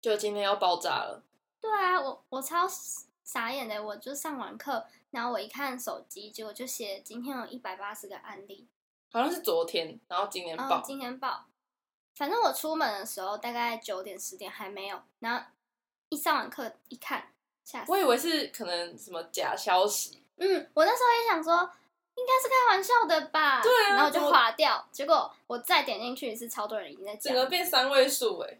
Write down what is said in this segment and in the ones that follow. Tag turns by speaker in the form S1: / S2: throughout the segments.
S1: 就今天要爆炸了。
S2: 对啊，我我超傻眼的，我就上完课，然后我一看手机，结果就写今天有一百八十个案例，
S1: 好像是昨天，然后今天
S2: 然
S1: 爆，
S2: 后哦今天报。反正我出门的时候大概九点十点还没有，然后一上完课一看，吓死！
S1: 我以为是可能什么假消息，
S2: 嗯，我那时候也想说应该是开玩笑的吧，
S1: 对啊
S2: 然后我就
S1: 怎么
S2: 划掉，结果我再点进去是超多人已经在
S1: 整
S2: 讲
S1: 个变三位数哎、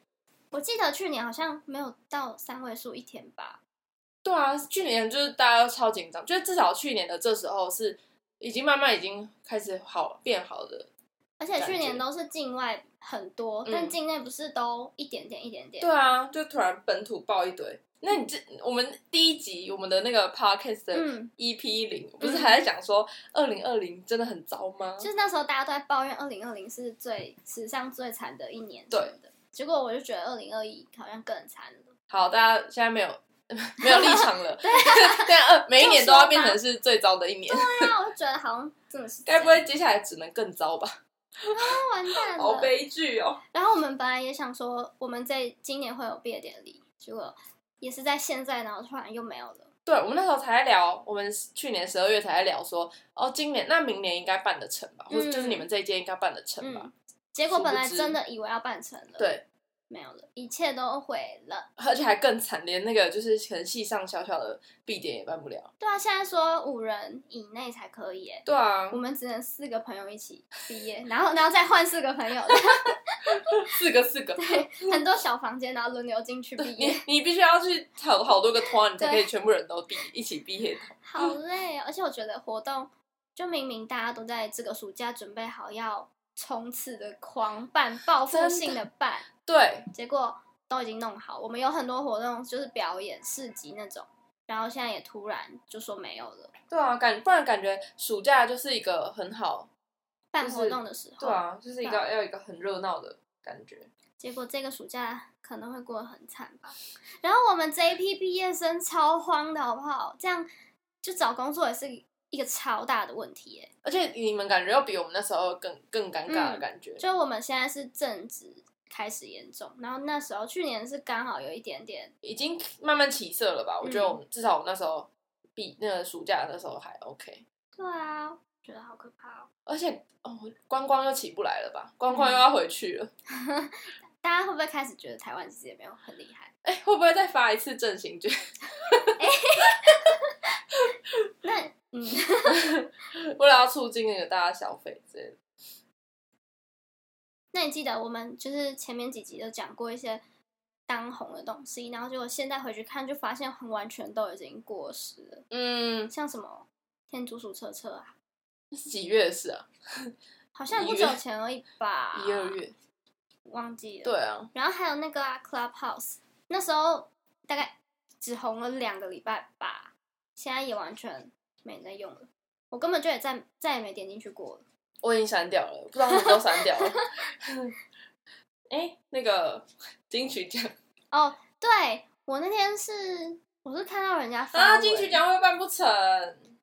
S2: 我记得去年好像没有到三位数一天吧。
S1: 对啊，去年就是大家都超紧张，就是至少去年的这时候是已经慢慢已经开始好变好的。
S2: 而且
S1: 感
S2: 去年
S1: 觉
S2: 都是境外很多，
S1: 嗯
S2: 但境内不是都一点点一点点？
S1: 对啊，就突然本土爆一堆。那你这我们第一集我们的那个 podcast 的
S2: 嗯，
S1: EP 零、不是还在讲说二零二零真的很糟吗？
S2: 就是那时候大家都在抱怨二零二零是最史上最惨的一年什么的，结果我就觉得二零二一好像更惨了。
S1: 好，大家现在没有 没有立场 了，但二每一年都要变成是最糟的一年，
S2: 对啊，我就觉得好像真的是这
S1: 该
S2: 样
S1: 不会接下来只能更糟吧？
S2: 完蛋
S1: 好
S2: 了。
S1: 悲剧哦！
S2: 然后我们本来也想说，我们在今年会有毕业典礼，结果也是在现在，然后突然又没有了。
S1: 对，我们那时候才在聊，我们去年十二月才在聊说，哦，今年那明年应该办得成吧，或者就是
S2: 嗯
S1: 你们这一届应该办得成吧？
S2: 嗯，结果本来
S1: 殊不知
S2: 真的以为要办成了，，
S1: 对，
S2: 没有了，一切都毁了。
S1: 而且还更惨，连那个就是可能系上小小的必点也办不了。
S2: 对啊，现在说五人以内才可以耶，
S1: 对啊
S2: 我，们只能四个朋友一起毕业，然后然后再换四个朋友，
S1: 四个四个，
S2: 对， 很多小房间，然后轮流进去毕业
S1: 你， 你必须要去好好多个团，你才可以全部人都毕一起毕业。
S2: 好累、哦。而且我觉得活动，就明明大家都在这个暑假准备好要冲刺的狂办、报复性的办，
S1: 对，
S2: 结果都已经弄好。我们有很多活动，就是表演、市集那种，然后现在也突然就说没有了。
S1: 对啊，感不然感觉暑假就是一个很好，
S2: 办
S1: 就是
S2: 活动的时候，
S1: 对啊，就是一个
S2: 对
S1: 要有一个很热闹的感觉。
S2: 结果这个暑假可能会过得很惨吧。然后我们这一批毕业生超慌的好不好？这样就找工作也是一个超大的问题耶。
S1: 而且你们感觉又比我们那时候更更尴
S2: 嗯
S1: 尬的感觉，
S2: 就我们现在是正值开始严重，然后那时候去年是刚好有一点点，
S1: 已经慢慢起色了吧？我觉得我
S2: 嗯
S1: 们、至少我们那时候比那个暑假那时候还 OK，
S2: 对啊，觉得好可怕哦。
S1: 而且哦，观光又起不来了吧？观
S2: 嗯
S1: 光又要回去了，
S2: 大家会不会开始觉得台湾其实也没有很厉害？
S1: 哎、会不会再发一次振兴券？
S2: 那嗯，
S1: 为了要促进那个大家消费之类的。
S2: 那你记得我们就是前面几集都讲过一些当红的东西，然后结果现在回去看就发现很完全都已经过时了。
S1: 嗯，
S2: 像什么天竺鼠车车啊，
S1: 是几月的事啊？
S2: 好像也不
S1: 一月
S2: 久前而已吧，
S1: 一二月。
S2: 忘记了。
S1: 对，啊，
S2: 然后还有那个啊 Clubhouse，那时候大概只红了两个礼拜吧，现在也完全没人在用了。我根本就也再再也没点进去过了。
S1: 我已经删掉了，不知道什么时候删掉了。哎、那个金曲奖
S2: 哦，对我那天是我是看到人家发
S1: 啊，
S2: 文
S1: 金曲奖会不会办不成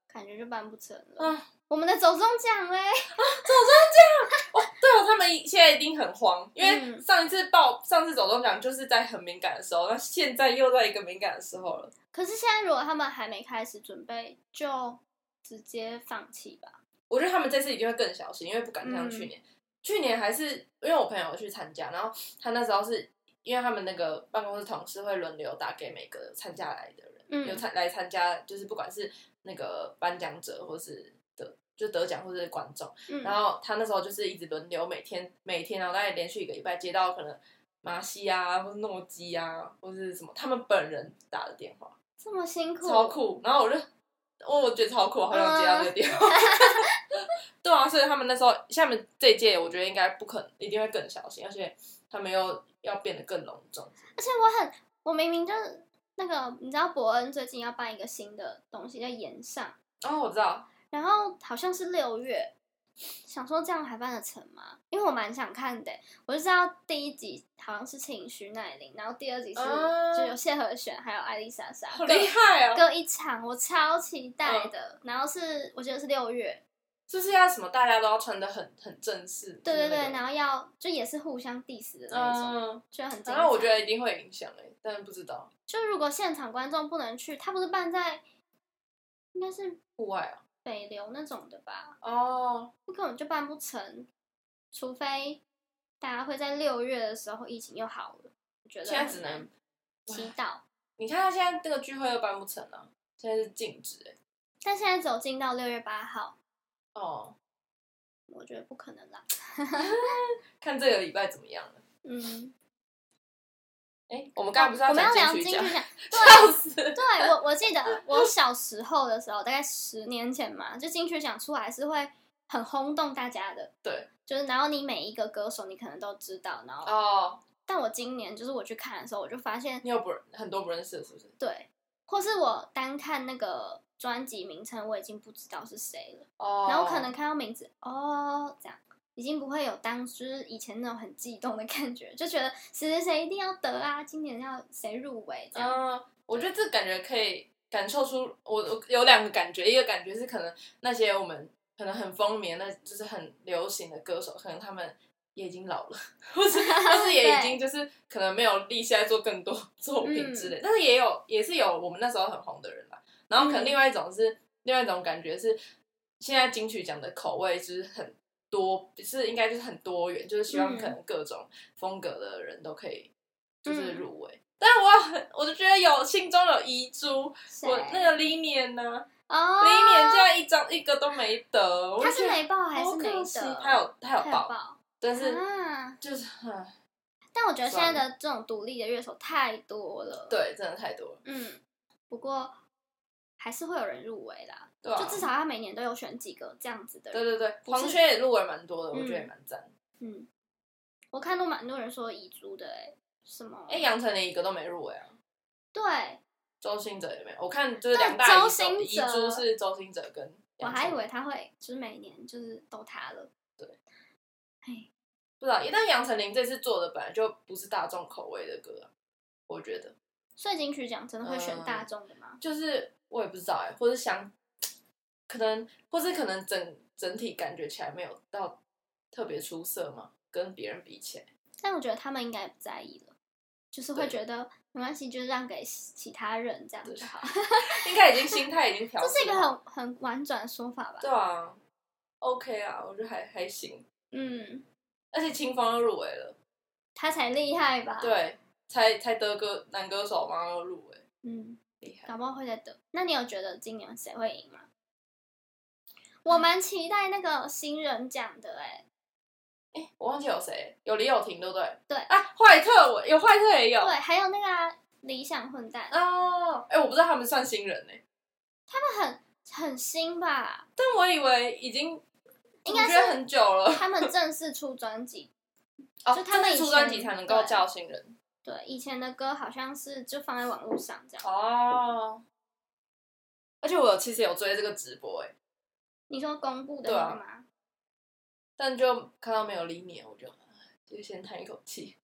S2: 感觉就办不成了。
S1: 啊。
S2: 我们的走中奖嘞，
S1: 对哦，他们一现在一定很慌，因为
S2: 嗯
S1: 上一次报上次走中奖就是在很敏感的时候，那现在又在一个敏感的时候了。
S2: 可是现在如果他们还没开始准备，就直接放弃吧。
S1: 我觉得他们这次一定会更小心，因为不敢像
S2: 嗯
S1: 去年。去年还是因为我朋友去参加，然后他那时候是因为他们那个办公室同事会轮流打给每个参加来的人，
S2: 嗯
S1: 有参来参加，就是不管是那个颁奖者或是得就得奖或是观众，
S2: 嗯，
S1: 然后他那时候就是一直轮流每天每天，然后大概连续一个礼拜接到可能马西啊，或是诺基啊，或是什么他们本人打的电话，
S2: 这么辛苦，
S1: 超酷。然后我就，我我觉得超酷，好想接到这个电话。
S2: 嗯
S1: 对啊，所以他们那时候，下面这一届，我觉得应该不可能，一定会更小心，而且他们又要变得更隆重。
S2: 而且我很，我明明就是那个，你知道伯恩最近要办一个新的东西叫演上，
S1: 哦，我知道，
S2: 然后好像是六月，想说这样还办得成吗？因为我蛮想看的欸、我就知道第一集好像是请徐乃麟，然后第二集是、
S1: 啊
S2: 就有谢和弦还有艾丽莎莎，
S1: 好
S2: 各
S1: 厉害哦！嗯
S2: 各一场，我超期待的。然后是我记得是六月，
S1: 就是要什么大家都要穿的很很正式，
S2: 对
S1: 就
S2: 对
S1: 是那
S2: 对，
S1: 个
S2: 然后要就也是互相 diss 的那种，
S1: 嗯，
S2: 就很精
S1: 然后我
S2: 彩。
S1: 觉得一定会影响哎、欸，但是不知道
S2: 就如果现场观众不能去，他不是办在应该是
S1: 户外啊，
S2: 北流那种的吧？
S1: 哦，
S2: 不可能就办不成，除非大家会在六月的时候疫情又好了。我觉得
S1: 现在
S2: 很
S1: 只能
S2: 难祈祷，
S1: 你看他现在这个聚会又办不成了、现在是禁止哎、
S2: 但现在只有进到六月八号，
S1: 哦，
S2: 我觉得不可能啦。
S1: 看这个礼拜怎么样了。
S2: 嗯，
S1: 哎、我们刚刚不是
S2: 哦我们要
S1: 讲
S2: 聊
S1: 金
S2: 金
S1: 曲奖？
S2: 曲奖，
S1: 笑死！
S2: 对我我记得我小时候的时候，大概十年前嘛，就金曲奖出来是会很轰动大家的，
S1: 对，
S2: 就是然后你每一个歌手你可能都知道，然后、
S1: 哦，
S2: 但我今年就是我去看的时候，我就发现
S1: 你有不很多不认识的，是不是？
S2: 对，或是我单看那个专辑名称，我已经不知道是谁了，
S1: 哦，
S2: 然后可能看到名字哦这样。已经不会有当就是以前那种很激动的感觉，就觉得谁谁谁一定要得啊，今年要谁入围这样。
S1: 嗯，我觉得这感觉可以感受出我我有两个感觉，一个感觉是可能那些我们可能很风靡的，那就是很流行的歌手，可能他们也已经老了，或是或是也已 经就是可能没有力气来做更多 作
S2: 嗯
S1: 品之类，但是也有也是有我们那时候很红的人啦。然后可能
S2: 嗯
S1: 另外一种是、另外一种感觉是，现在金曲奖的口味就是很多，是应该就是很多元，就是希望
S2: 嗯
S1: 可能各种风格的人都可以就是
S2: 嗯
S1: 入围。但我很，我就觉得有心中有遗珠，
S2: 谁
S1: 我那个 l i n i n 呢 l
S2: 哦
S1: i n i n 竟然一张一个都没得，我
S2: 他
S1: 就是觉得
S2: 没报还
S1: 好
S2: 是没
S1: 可惜
S2: 得？
S1: 他有他有
S2: 他有
S1: 报，
S2: 报
S1: 但是
S2: 啊！
S1: 就是唉
S2: 但我觉得现
S1: 算
S2: 在的这种独立的乐手太多了。，
S1: 对，真的太多了，
S2: 嗯，不过还是会有人入围啦，
S1: 对啊
S2: 就，至少他每年都有选几个这样子的
S1: 对
S2: 人。
S1: 对对，
S2: 不是
S1: 黄轩也入围蛮多的，我觉得
S2: 嗯
S1: 也蛮赞。
S2: 嗯，我看到蛮多人说遗珠的、欸，什么？
S1: 哎，杨丞琳一个都没入围啊，
S2: 对，
S1: 周兴哲也没有，我看就是
S2: 但
S1: 两大
S2: 周
S1: 遗珠
S2: 兴
S1: 遗
S2: 哲
S1: 珠是周兴哲跟
S2: 我
S1: 杨丞琳，
S2: 还以为他会就是每年就是都他了。
S1: 不知道，啊但杨丞琳这次做的本来就不是大众口味的歌啊，我觉得。
S2: 所以金曲奖真的会
S1: 嗯
S2: 选大众的吗？
S1: 就是我也不知道哎、或是想，可能或是可能整整体感觉起来没有到特别出色嘛，跟别人比起来，
S2: 但我觉得他们应该也不在意了，就是会
S1: 对
S2: 觉得没关系，就让给其他人这样就好。
S1: 应该已经心态已经调
S2: 这
S1: 整，
S2: 是一个很很婉转的说法吧？
S1: 对啊，OK 啊，我觉得还还行，
S2: 嗯，
S1: 而且清风又入围了，
S2: 他才厉害吧？，
S1: 对，才才得歌男歌手嘛又入围，
S2: 嗯，
S1: 厉害。
S2: 搞不好会再得。那你有觉得今年谁会赢吗？
S1: 嗯
S2: 我蛮期待那个新人奖的哎、
S1: 哎、我忘记有谁，有李友廷对不对？
S2: 对
S1: 啊，坏特我有坏特也有
S2: 对，还有那个啊、理想混蛋，
S1: 哦，哎、我不知道他们算新人呢、
S2: 他们很很新吧？
S1: 但我以为已经
S2: 应该是
S1: 我觉得很久了，
S2: 他们正式出专辑，
S1: 哦，
S2: 就他们
S1: 这是
S2: 以
S1: 出专
S2: 前
S1: 辑才能够
S2: 对
S1: 叫新人
S2: 对，以前的歌好像是就放在网络上这样。
S1: 哦。而且我有其实有追这个直播哎、
S2: 你说公布的
S1: 对
S2: 那
S1: 啊
S2: 个吗？
S1: 但就看到没有理你，我就就先叹一口气。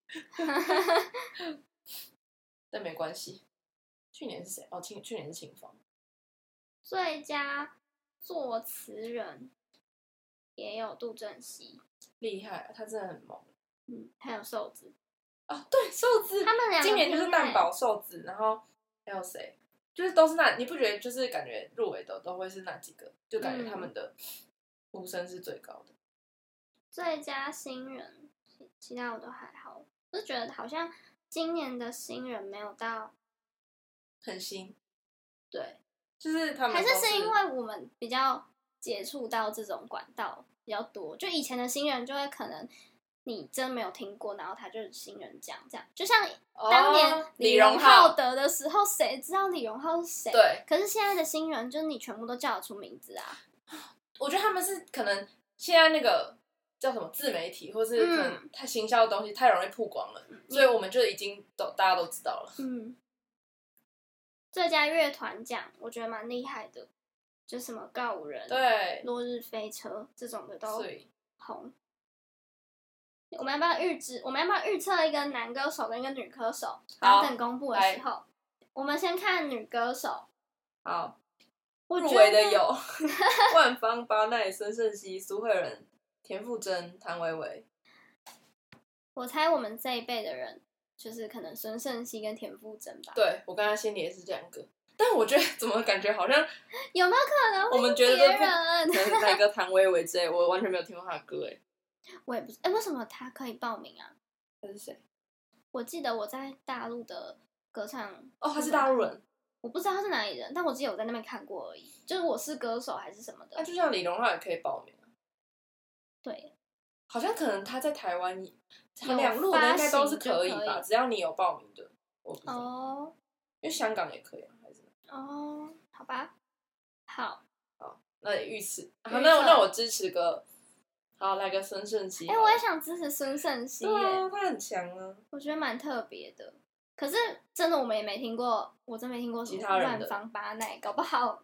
S1: 但没关系，去年是谁？哦，清去年是清风，
S2: 最佳作词人也有杜振熙，
S1: 厉害啊，他真的很猛
S2: 嗯，还有瘦子，
S1: 哦。对，瘦子，
S2: 他们两个
S1: 今年就是
S2: 拼在
S1: 蛋堡瘦子，然后还有谁？就是都是那，你不觉得就是感觉入围的都会是那几个？就感
S2: 嗯
S1: 觉他们的呼声是最高的。
S2: 最佳新人，其其他我都还好，我就觉得好像今年的新人没有到
S1: 很新，
S2: 对，
S1: 就是他们
S2: 还
S1: 都
S2: 是是因为我们比较接触到这种管道比较多，就以前的新人就会可能你真没有听过，然后他就是新人奖这样，就像当年
S1: 哦
S2: 李
S1: 李
S2: 荣
S1: 荣
S2: 浩
S1: 浩，
S2: 得的时候，谁知道李荣浩是谁？
S1: 对，
S2: 可是现在的新人，就是你全部都叫得出名字 啊。
S1: 我觉得他们是可能现在那个叫什么自媒体，或是可
S2: 嗯
S1: 能太行销的东西太容易曝光了，所以我们就已经都大家都知道了。
S2: 嗯，最佳乐团奖我觉得蛮厉害的，就什么告五人、
S1: 对，
S2: 落日飞车这种的都
S1: 所以
S2: 红。我们要不要预知？我们要不要预测一个男歌手跟一个女歌手？然后等公布的时候，我们先看女歌手。
S1: 好，
S2: 我
S1: 入
S2: 觉
S1: 围的
S2: 得
S1: 有万芳、巴奈、孙胜熙、苏慧伦、田馥甄、谭维维。
S2: 我猜我们这一辈的人，就是可能孙盛熙跟田馥甄吧。，
S1: 对我刚才心里也是这两个，但我觉得怎么感觉好像
S2: 有没有可能
S1: 我
S2: 会
S1: 们
S2: 是
S1: 觉得
S2: 别
S1: 不 可
S2: 人？
S1: 能来个谭维维之类，我完全没有听过他的歌哎。
S2: 我也不知，哎、为什么他可以报名啊？
S1: 他是谁？
S2: 我记得我在大陆的歌唱，
S1: 哦，他是大陆人，
S2: 我不知道他是哪里人，但我记得我在那边看过而已。就是我是歌手还是什么
S1: 那
S2: 的，
S1: 啊就像李荣浩也可以报名。啊
S2: 对，
S1: 好像可能他在台湾也
S2: 有
S1: 两路的应该都是可以
S2: 发行就可
S1: 吧，
S2: 以
S1: 只要你有报名的，我不知道，
S2: 哦
S1: 因为香港也可以啊，还是
S2: 哦，好吧，好，
S1: 那预测，好，
S2: 测
S1: 那我那我支持个，好来个孙胜熙，
S2: 哎、我也想支持孙盛熙、
S1: 对
S2: 耶。
S1: 啊，他很强啊，
S2: 我觉得蛮特别的。可是真的我们也没听过，我真没听过什
S1: 其
S2: 么
S1: 他人
S2: 乱
S1: 的
S2: 方八奈，搞不好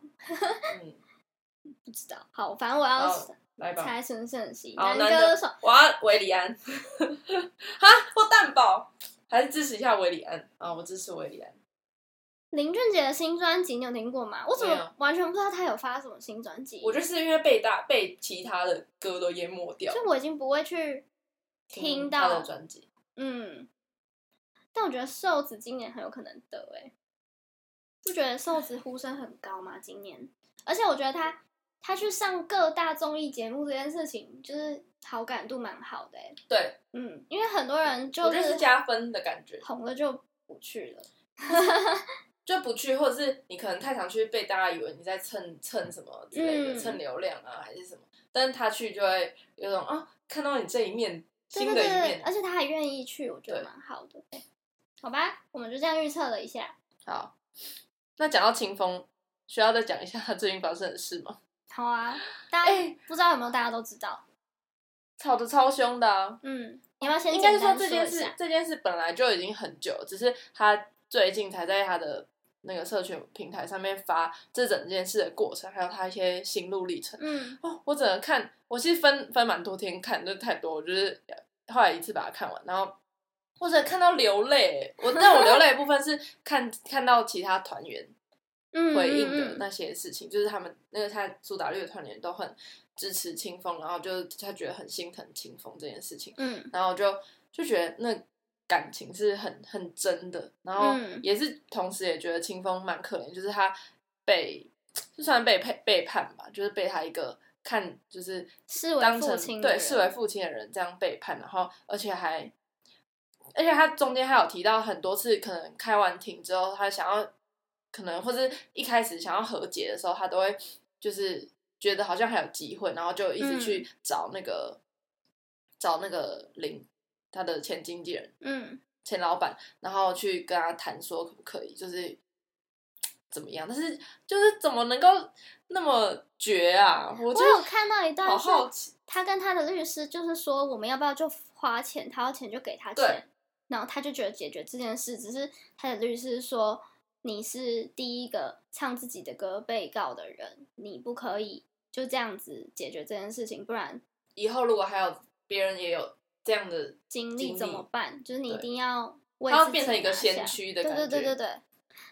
S1: 嗯，
S2: 不知道。好，反正我要
S1: 好来吧，
S2: 猜孙盛熙，
S1: 好
S2: 男
S1: 男的
S2: 歌手。
S1: 我要维里安， 哈或蛋堡，还是支持一下维里安啊，我支持维里安，
S2: 林俊杰的新专辑你有听过吗？我怎
S1: 没有
S2: 么完全不知道他有发什么新专辑？
S1: 我就是因为被大被其他的歌都淹没掉，
S2: 就我已经不会去听到
S1: 他的专辑，
S2: 嗯，但我觉得瘦子今年很有可能得哎、不觉得瘦子呼声很高吗？今年，而且我觉得他他去上各大综艺节目这件事情，就是好感度蛮好的哎、
S1: 对，
S2: 嗯，因为很多人
S1: 我
S2: 就
S1: 觉得是加分的感觉，
S2: 红了就不去了。
S1: 就不去，或者是你可能太常去，被大家以为你在蹭蹭什么之类的，
S2: 嗯
S1: 蹭流量啊还是什么，但是他去就会有种啊，看到你这一面
S2: 对
S1: 新
S2: 对
S1: 的一
S2: 对对，
S1: 面。
S2: 而且他还愿意去，我觉得
S1: 对
S2: 蛮好的。哎好吧，我们就这样预测了一下，
S1: 好，那讲到清风，需要再讲一下他最近发生的事吗？
S2: 好啊。大家、
S1: 哎
S2: 不知道有没有大家都知道？
S1: 吵得超凶的、啊，
S2: 嗯，你要不要先
S1: 应该
S2: 简
S1: 是说
S2: 单
S1: 这
S2: 说
S1: 件
S2: 一
S1: 事
S2: 下？，
S1: 这件事本来就已经很久，只是他最近才在他的那个社群平台上面发这整件事的过程，还有他一些心路历程。
S2: 嗯，
S1: 哦，我只能看，我其实分分蛮多天看，就太多，我就是后来一次把它看完，然后或者看到流泪。我但我流泪的部分是看看到其他团员
S2: 嗯
S1: 回应的
S2: 嗯嗯
S1: 那些事情，就是他们那个他苏打绿的团员都很支持清风，然后就是他觉得很心疼清风这件事情，
S2: 嗯，
S1: 然后就就觉得那感情是很很真的，然后
S2: 嗯
S1: 也是同时也觉得清风蛮可怜，就是他被就算被背背叛吧，就是被他一个看就是
S2: 视为
S1: 当
S2: 父
S1: 成
S2: 亲的
S1: 对
S2: 人
S1: 视为父亲的人这样背叛，然后而且还而且他中间还有提到很多次，可能开完庭之后，他想要可能或是一开始想要和解的时候，他都会就是觉得好像还有机会，然后就一直去
S2: 嗯
S1: 找那个、找那个林他的前经纪人，
S2: 嗯
S1: 前老板，然后去跟他谈说可不可以，就是怎么样，但是就是怎么能够那么绝啊？我
S2: 我
S1: 就
S2: 有看到一
S1: 好
S2: 段是
S1: 好奇，
S2: 他跟他的律师就是说，我们要不要就花钱？他要钱就给他
S1: 对
S2: 钱。然后他就觉得解决这件事，只是他的律师说你是第一个唱自己的歌被告的人，你不可以就这样子解决这件事情，不然
S1: 以后如果还有别人也有这样的，
S2: 经
S1: 经
S2: 历
S1: 历
S2: 怎么办？就是你一
S1: 对
S2: 定要为
S1: 他要
S2: 自
S1: 变
S2: 己
S1: 成一个
S2: 拿
S1: 先
S2: 下
S1: 驱的
S2: 对
S1: 感
S2: 对对
S1: 觉
S2: 对对，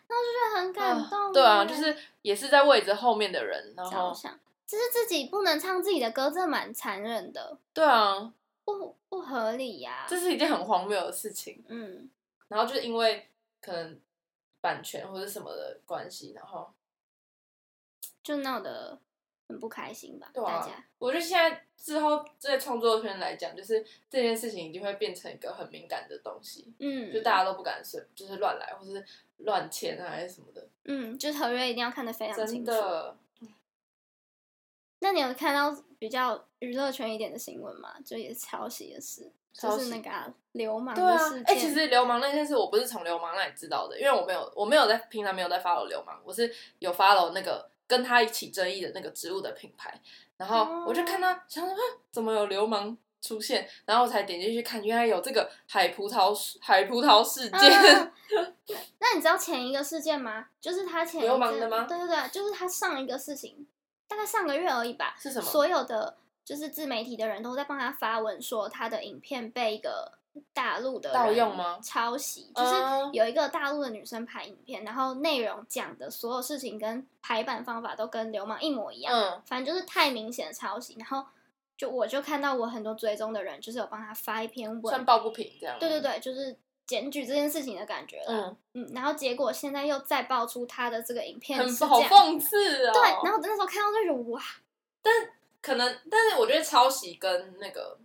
S2: 那我就觉得很
S1: 啊
S2: 感动、欸
S1: 对啊，
S2: 耶
S1: 就是也是在为着后面的人，然
S2: 着
S1: 后
S2: 想，就是自己不能唱自己的歌，这蛮残忍的，
S1: 对啊，
S2: 不不合理呀、
S1: 这是一件很荒谬的事情。
S2: 嗯，
S1: 然后就是因为可能版权或者什么的关系，然后
S2: 就闹得很不开心吧，
S1: 对啊
S2: 大家。
S1: 我觉得现在之后在创作圈来讲，就是这件事情一定会变成一个很敏感的东西，
S2: 嗯，
S1: 就大家都不敢随就是乱来或是乱签啊还是什么的，
S2: 嗯，就是合约一定要看得非常
S1: 真
S2: 清楚。
S1: 的
S2: 那你有看到比较娱乐圈一点的新闻吗？就也是抄袭的事，
S1: 超
S2: 就是
S1: 喜
S2: 那个啊、流氓
S1: 对
S2: 的
S1: 啊
S2: 事件。，
S1: 哎、其实流氓那件事我不是从流氓那里知道的，因为我没有我没有在平常没有在 follow 流氓，我是有 follow 那个跟他一起争议的那个植物的品牌，然后
S2: 哦
S1: 我就看他想说啊怎么有流氓出现，然后我才点进去看，原来有这个海葡萄海葡萄事件，
S2: 嗯那你知道前一个事件吗？就是他前一
S1: 流氓
S2: 阵
S1: 的吗
S2: 对对对，就是他上一个事情，大概上个月而已吧。
S1: 是什么？
S2: 所有的就是自媒体的人都在帮他发文说他的影片被一个大陆的
S1: 盗
S2: 人
S1: 用吗
S2: 抄袭，就是
S1: 嗯
S2: 有一个大陆的女生拍影片，然后内容讲的所有事情跟排版方法都跟流氓一模一样，
S1: 嗯，
S2: 反正就是太明显的抄袭。然后就我就看到我很多追踪的人，就是有帮他发一篇
S1: 算
S2: 文，
S1: 抱不平这样。
S2: 对对，对，就是检举这件事情的感觉啦。
S1: 嗯，
S2: 嗯，然后结果现在又再爆出他的这个影片
S1: 很
S2: 是
S1: 好
S2: 这样，
S1: 讽刺哦。
S2: 对，然后我那时候看到就觉得哇，
S1: 可能，但是我觉得抄袭跟那个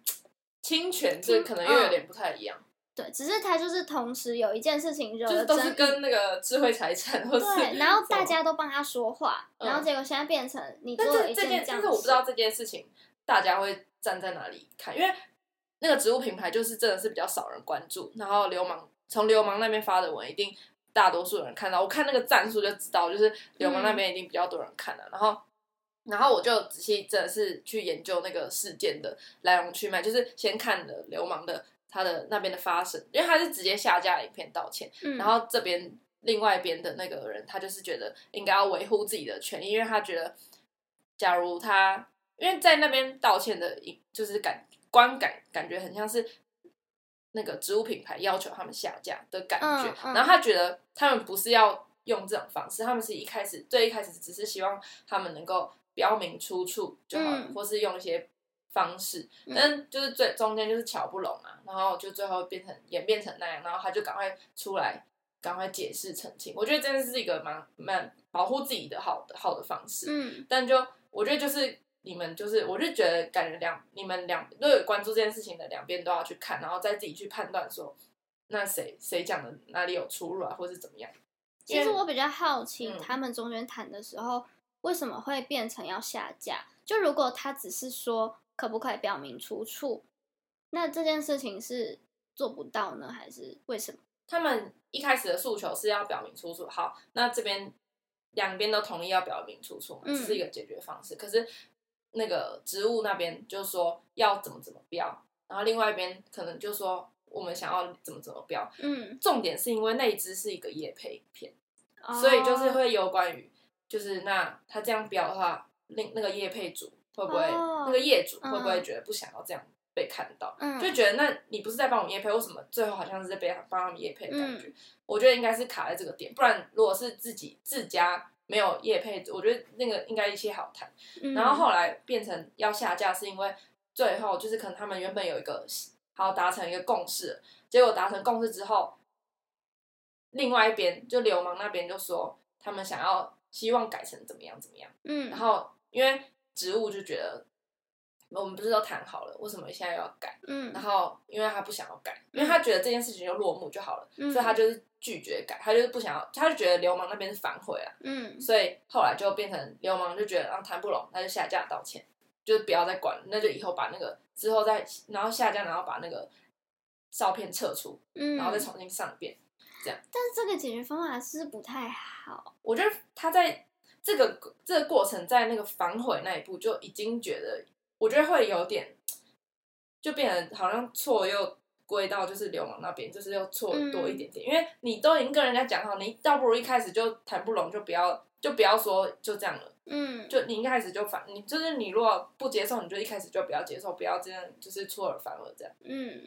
S1: 侵权这可
S2: 嗯
S1: 能又有点不太一样，
S2: 对，只是他就是同时有一件事情惹
S1: 就是
S2: 了
S1: 都
S2: 争
S1: 是
S2: 议，
S1: 跟那个智慧财产或是
S2: 对，然后大
S1: 什么。
S2: 家都帮他说话，
S1: 嗯
S2: 然后结果现在变成你做
S1: 但
S2: 了
S1: 这
S2: 一
S1: 这件，
S2: 这样
S1: 但
S2: 的
S1: 是
S2: 事，
S1: 我不知道这件事情大家会站在哪里看，因为那个植物品牌就是真的是比较少人关注，然后流氓从流氓那边发的文一定大多数人看到，我看那个赞数就知道，就是流氓那
S2: 嗯
S1: 边一定比较多人看了、然后。然后我就仔细真的是去研究那个事件的来龙去脉，就是先看了流氓的他的那边的发生，因为他是直接下架影片道歉，
S2: 嗯，
S1: 然后这边另外一边的那个人，他就是觉得应该要维护自己的权益，因为他觉得，假如他因为在那边道歉的一，就是感观感感觉很像是那个植物品牌要求他们下架的感觉，
S2: 嗯嗯
S1: 然后他觉得他们不是要用这种方式，他们是一开始最一开始只是希望他们能够标明出处就好了，
S2: 嗯
S1: 或是用一些方式，
S2: 嗯
S1: 但就是最中间就是瞧不拢啊，然后就最后变成演变成那样，然后他就赶快出来，赶快解释澄清。我觉得真的是一个蛮蛮保护自己的好的好的方式，
S2: 嗯
S1: 但就我觉得就是你们就是，我就觉得感觉两你们两都有关注这件事情的两边都要去看，然后再自己去判断说那谁谁讲的哪里有出入啊，或是怎么样。
S2: 其实我比较好奇
S1: 嗯
S2: 他们中间谈的时候为什么会变成要下架？就如果他只是说可不可以表明出处，那这件事情是做不到呢，还是为什么？
S1: 他们一开始的诉求是要表明出处，好，那这边两边都同意要表明出处嘛，
S2: 嗯
S1: 这是一个解决方式。可是那个植物那边就说要怎么怎么标，然后另外一边可能就说我们想要怎么怎么标。
S2: 嗯，
S1: 重点是因为那一只是一个夜配片，所以就是
S2: 哦
S1: 会有关于就是那他这样标的话，另那个夜配主会不会、
S2: 哦
S1: 那个业主会不会
S2: 嗯
S1: 觉得不想要这样被看到？
S2: 嗯
S1: 就觉得那你不是在帮我们夜配，为什么最后好像是在被帮他们夜配的感觉？
S2: 嗯
S1: 我觉得应该是卡在这个点，不然如果是自己自家没有夜配，我觉得那个应该一切好谈。
S2: 嗯
S1: 然后后来变成要下架，是因为最后就是可能他们原本有一个好达成一个共识了，结果达成共识之后，另外一边就流氓那边就说他们想要希望改成怎么样怎么样，
S2: 嗯，
S1: 然后因为植物就觉得我们不是都谈好了，为什么现在又要改？
S2: 嗯，
S1: 然后因为他不想要改，因为他觉得这件事情就落幕就好了，
S2: 嗯
S1: 所以他就是拒绝改，他就是不想要，他就觉得流氓那边是反悔啊。
S2: 嗯
S1: 所以后来就变成流氓就觉得啊谈不拢，他就下架道歉，就是不要再管了，那就以后把那个之后再然后下架，然后把那个照片撤除，
S2: 嗯，
S1: 然后再重新上一遍。
S2: 但是这个解决方法是不太好，
S1: 我觉得他在这个这个过程，在那个反悔那一步就已经觉得，我觉得会有点就变得好像错又。归到就是流氓那边，就是又错多一点点，因为你都已经跟人家讲好，你倒不如一开始就谈不拢，就不要就不要说就这样了。
S2: 嗯，
S1: 就你一开始就反，你就是你如果不接受，你就一开始就不要接受，不要这样，就是出尔反尔这样
S2: 嗯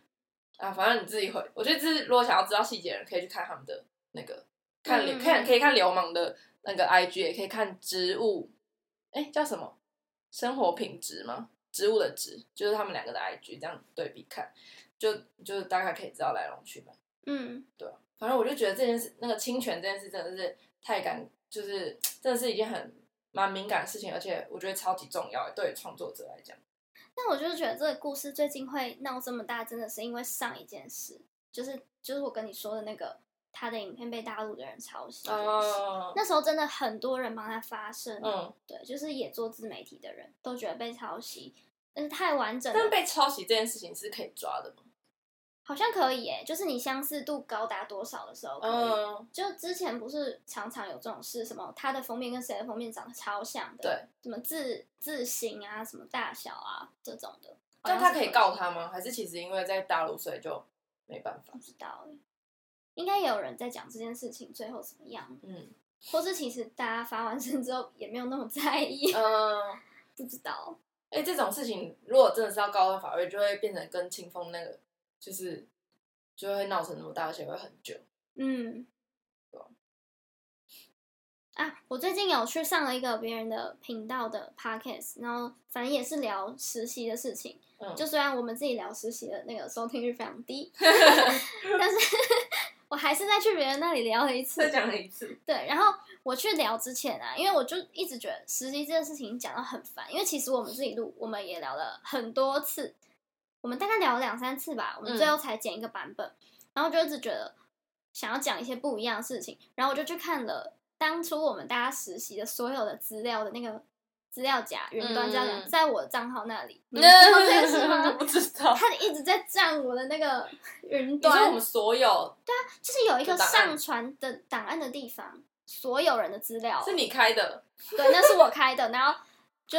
S1: 啊。反正你自己会，我觉得就是如果想要知道细节的人，可以去看他们的那个，看流
S2: 嗯
S1: 看可以看流氓的那个 IG，也可以看植物，哎、叫什么？生活品质吗？植物的植，就是他们两个的 IG 这样对比看，就就是大概可以知道来龙去脉。
S2: 嗯，
S1: 反正我就觉得这件事，那个侵权这件事真的是太感，就是真的是一件很蛮敏感的事情，而且我觉得超级重要，欸对于创作者来讲。
S2: 但我就是觉得这个故事最近会闹这么大，真的是因为上一件事，就是就是我跟你说的那个他的影片被大陆的人抄袭这件事。
S1: 哦，
S2: 那时候真的很多人帮他发声，
S1: 嗯，
S2: 对，就是也做自媒体的人都觉得被抄袭，但是太完整
S1: 但
S2: 了，
S1: 被抄袭这件事情是可以抓的吗？
S2: 好像可以耶，就是你相似度高达多少的时候可以，
S1: 嗯，
S2: 就之前不是常常有这种事，什么他的封面跟谁的封面长得超像的，
S1: 对，
S2: 什么字字形啊，什么大小啊这种的。好
S1: 但
S2: 像
S1: 他
S2: 是
S1: 可以告他吗？还是其实因为在大陆，所以就没办法
S2: 不？知道哎，应该也有人在讲这件事情最后怎么样，
S1: 嗯
S2: 或是其实大家发完声之后也没有那么在意，
S1: 嗯，
S2: 不知道。
S1: 哎、这种事情如果真的是要告到法院，就会变成跟清风那个就是就会闹成那么大，而且会很久。
S2: 嗯，啊，我最近有去上了一个别人的频道的 podcast，然后反正也是聊实习的事情。
S1: 嗯，
S2: 就虽然我们自己聊实习的那个收听率非常低， 但是 我还是再去别人那里聊了一次
S1: 再。讲一 次。
S2: 对，然后我去聊之前啊，因为我就一直觉得实习这件事情讲到很烦，因为其实我们自己录，我们也聊了很多次，我们大概聊了两三次吧，我
S1: 嗯
S2: 们最后才剪一个版本，然后就一直觉得想要讲一些不一样的事情，然后我就去看了当初我们大家实习的所有的资料的那个资料夹，云端资料夹
S1: 嗯
S2: 在我账号那里，你
S1: 嗯
S2: 知道这件事
S1: 我
S2: 吗？
S1: 不知 道。
S2: 他一直在占我的那个云
S1: 你
S2: 端，
S1: 说我们所有
S2: 就是有一个
S1: 的档案
S2: 上传的档案的地方，所有人的资料，
S1: 是你开的，
S2: 对，那是我开的，然后就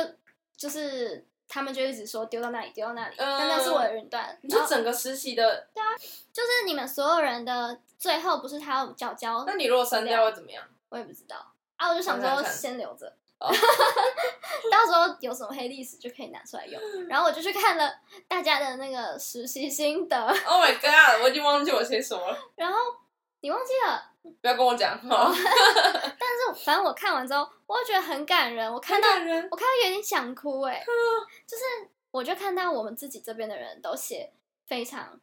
S2: 就是他们就一直说丢到那里，丢到那里，
S1: 嗯
S2: 但那是我的云端。
S1: 你
S2: 然
S1: 说
S2: 后
S1: 整个实习的，
S2: 就是你们所有人的最后不是他有缴交，
S1: 那你如果删掉会怎么样？
S2: 我也不知道啊，我就
S1: 嗯
S2: 想
S1: 我想
S2: 说
S1: 想
S2: 先留着
S1: 哦，
S2: 到时候有什么黑历史就可以拿出来用。 然后我就去看了大家的那个实习心得，
S1: Oh my god！我已经忘记我写什么了，
S2: 然后你忘记了。
S1: 不要跟我讲哦。
S2: 但是反正我看完之后，我觉得很感人。我看
S1: 看
S2: 到
S1: 到人，
S2: 我看到有点想哭哎、就是我就看到我们自己这边的人都写非常，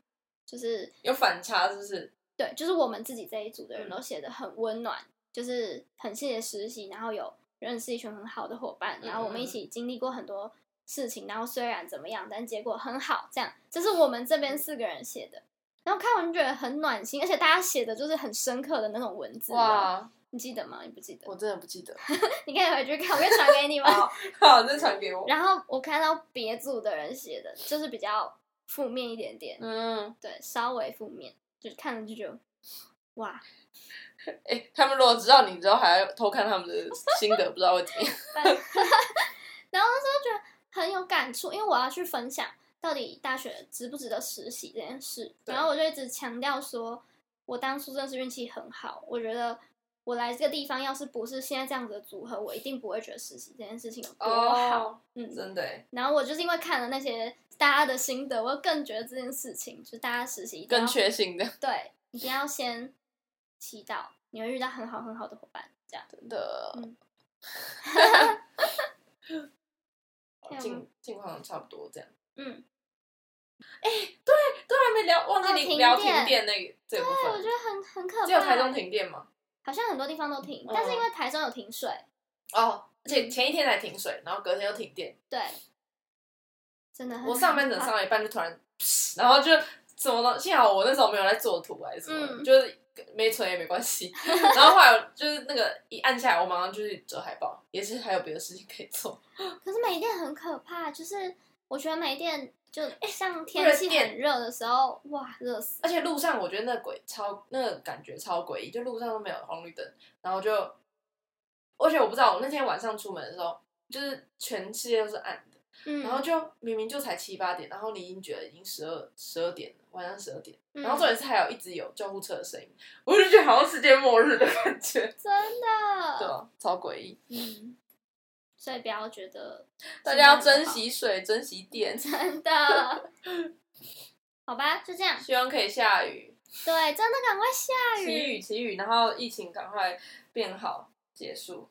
S2: 就是
S1: 有反差是不是？
S2: 对，就是我们自己这一组
S1: 嗯
S2: 的人都写的很温暖，就是很谢谢实习，然后有认识一群很好的伙伴，
S1: 嗯
S2: 然后我们一起经历过很多事情，然后虽然怎么样，但结果很好，这样这是我们这边四个人写的。然后看完就觉得很暖心，而且大家写的就是很深刻的那种文字。！
S1: 哇，
S2: 你记得吗？你不记得？
S1: 我真的不记得。
S2: 你可以回去看，我可以传给你们。
S1: 好，好，再传给我。
S2: 然后我看到别组的人写的，就是比较负面一点点，
S1: 嗯，
S2: 对，稍微负面，就看了就觉得，哇，
S1: 哎、他们如果知道你之后还偷看他们 的心得，不知道会怎么样。
S2: 然后那时候觉得很有感触，因为我要去分享到底大学值不值得实习这件事，
S1: 对
S2: 然后我就一直强调说，我当初真的是运气很好，我觉得。我来这个地方，要是不是现在这样子的组合，我一定不会觉得实习这件事情有多好。
S1: 哦，
S2: 嗯，
S1: 真的欸
S2: 然后我就是因为看了那些大家的心得，我更觉得这件事情，就是大家实习一定
S1: 更
S2: 要
S1: 确信的，
S2: 对，一定要先祈祷，你会遇到很好很好的伙伴。这样，
S1: 真的
S2: 嗯。啊
S1: 近近况差不多这样，
S2: 嗯，
S1: 都还没聊，忘
S2: 哦
S1: 记
S2: 停
S1: 你聊停
S2: 电
S1: 电那个这部
S2: 对，我
S1: 分
S2: 觉，得很很可怕。
S1: 只有台中，停电吗？
S2: 好像很多地方都停，
S1: 嗯
S2: 但是因为台中有停水，
S1: 哦，而且前一天才停水，然后隔天又停电。
S2: 对，真的很。
S1: 我上班等上，到一半就突然，噗然后就什么东，幸好我那时候没有在做图还是什么的，
S2: 嗯
S1: 就是没存也没关系。然后后来我就是那个一按下来，我马上就去折海报，也是还有别的事情可以做。
S2: 可是每一店很可怕，就是我觉得每一店就
S1: 哎
S2: 像
S1: 为
S2: 天
S1: 了
S2: 气
S1: 电
S2: 很热的时候，哇，热死。
S1: 而且路上我觉得那鬼超，那个感觉超诡异，就路上都没有红绿灯，然后就，而且我不知道，我那天晚上出门的时候，就是全世界都是暗的，
S2: 嗯，
S1: 然后就明明就才七八点，然后你已经觉得已经十二十二点了，晚上十二点，
S2: 嗯
S1: 然后重点是还有一直有救护车的声音，我就觉得好像世界末日的感觉，
S2: 真
S1: 对
S2: 的，
S1: 啊，超诡异，
S2: 嗯，所以不要觉得
S1: 大家要珍惜水，珍惜电，
S2: 真的。好吧，就这 样。
S1: 希望可以下雨，
S2: 对，真的赶快下
S1: 祈
S2: 雨。
S1: 雨祈雨，然后疫情赶快变好结束，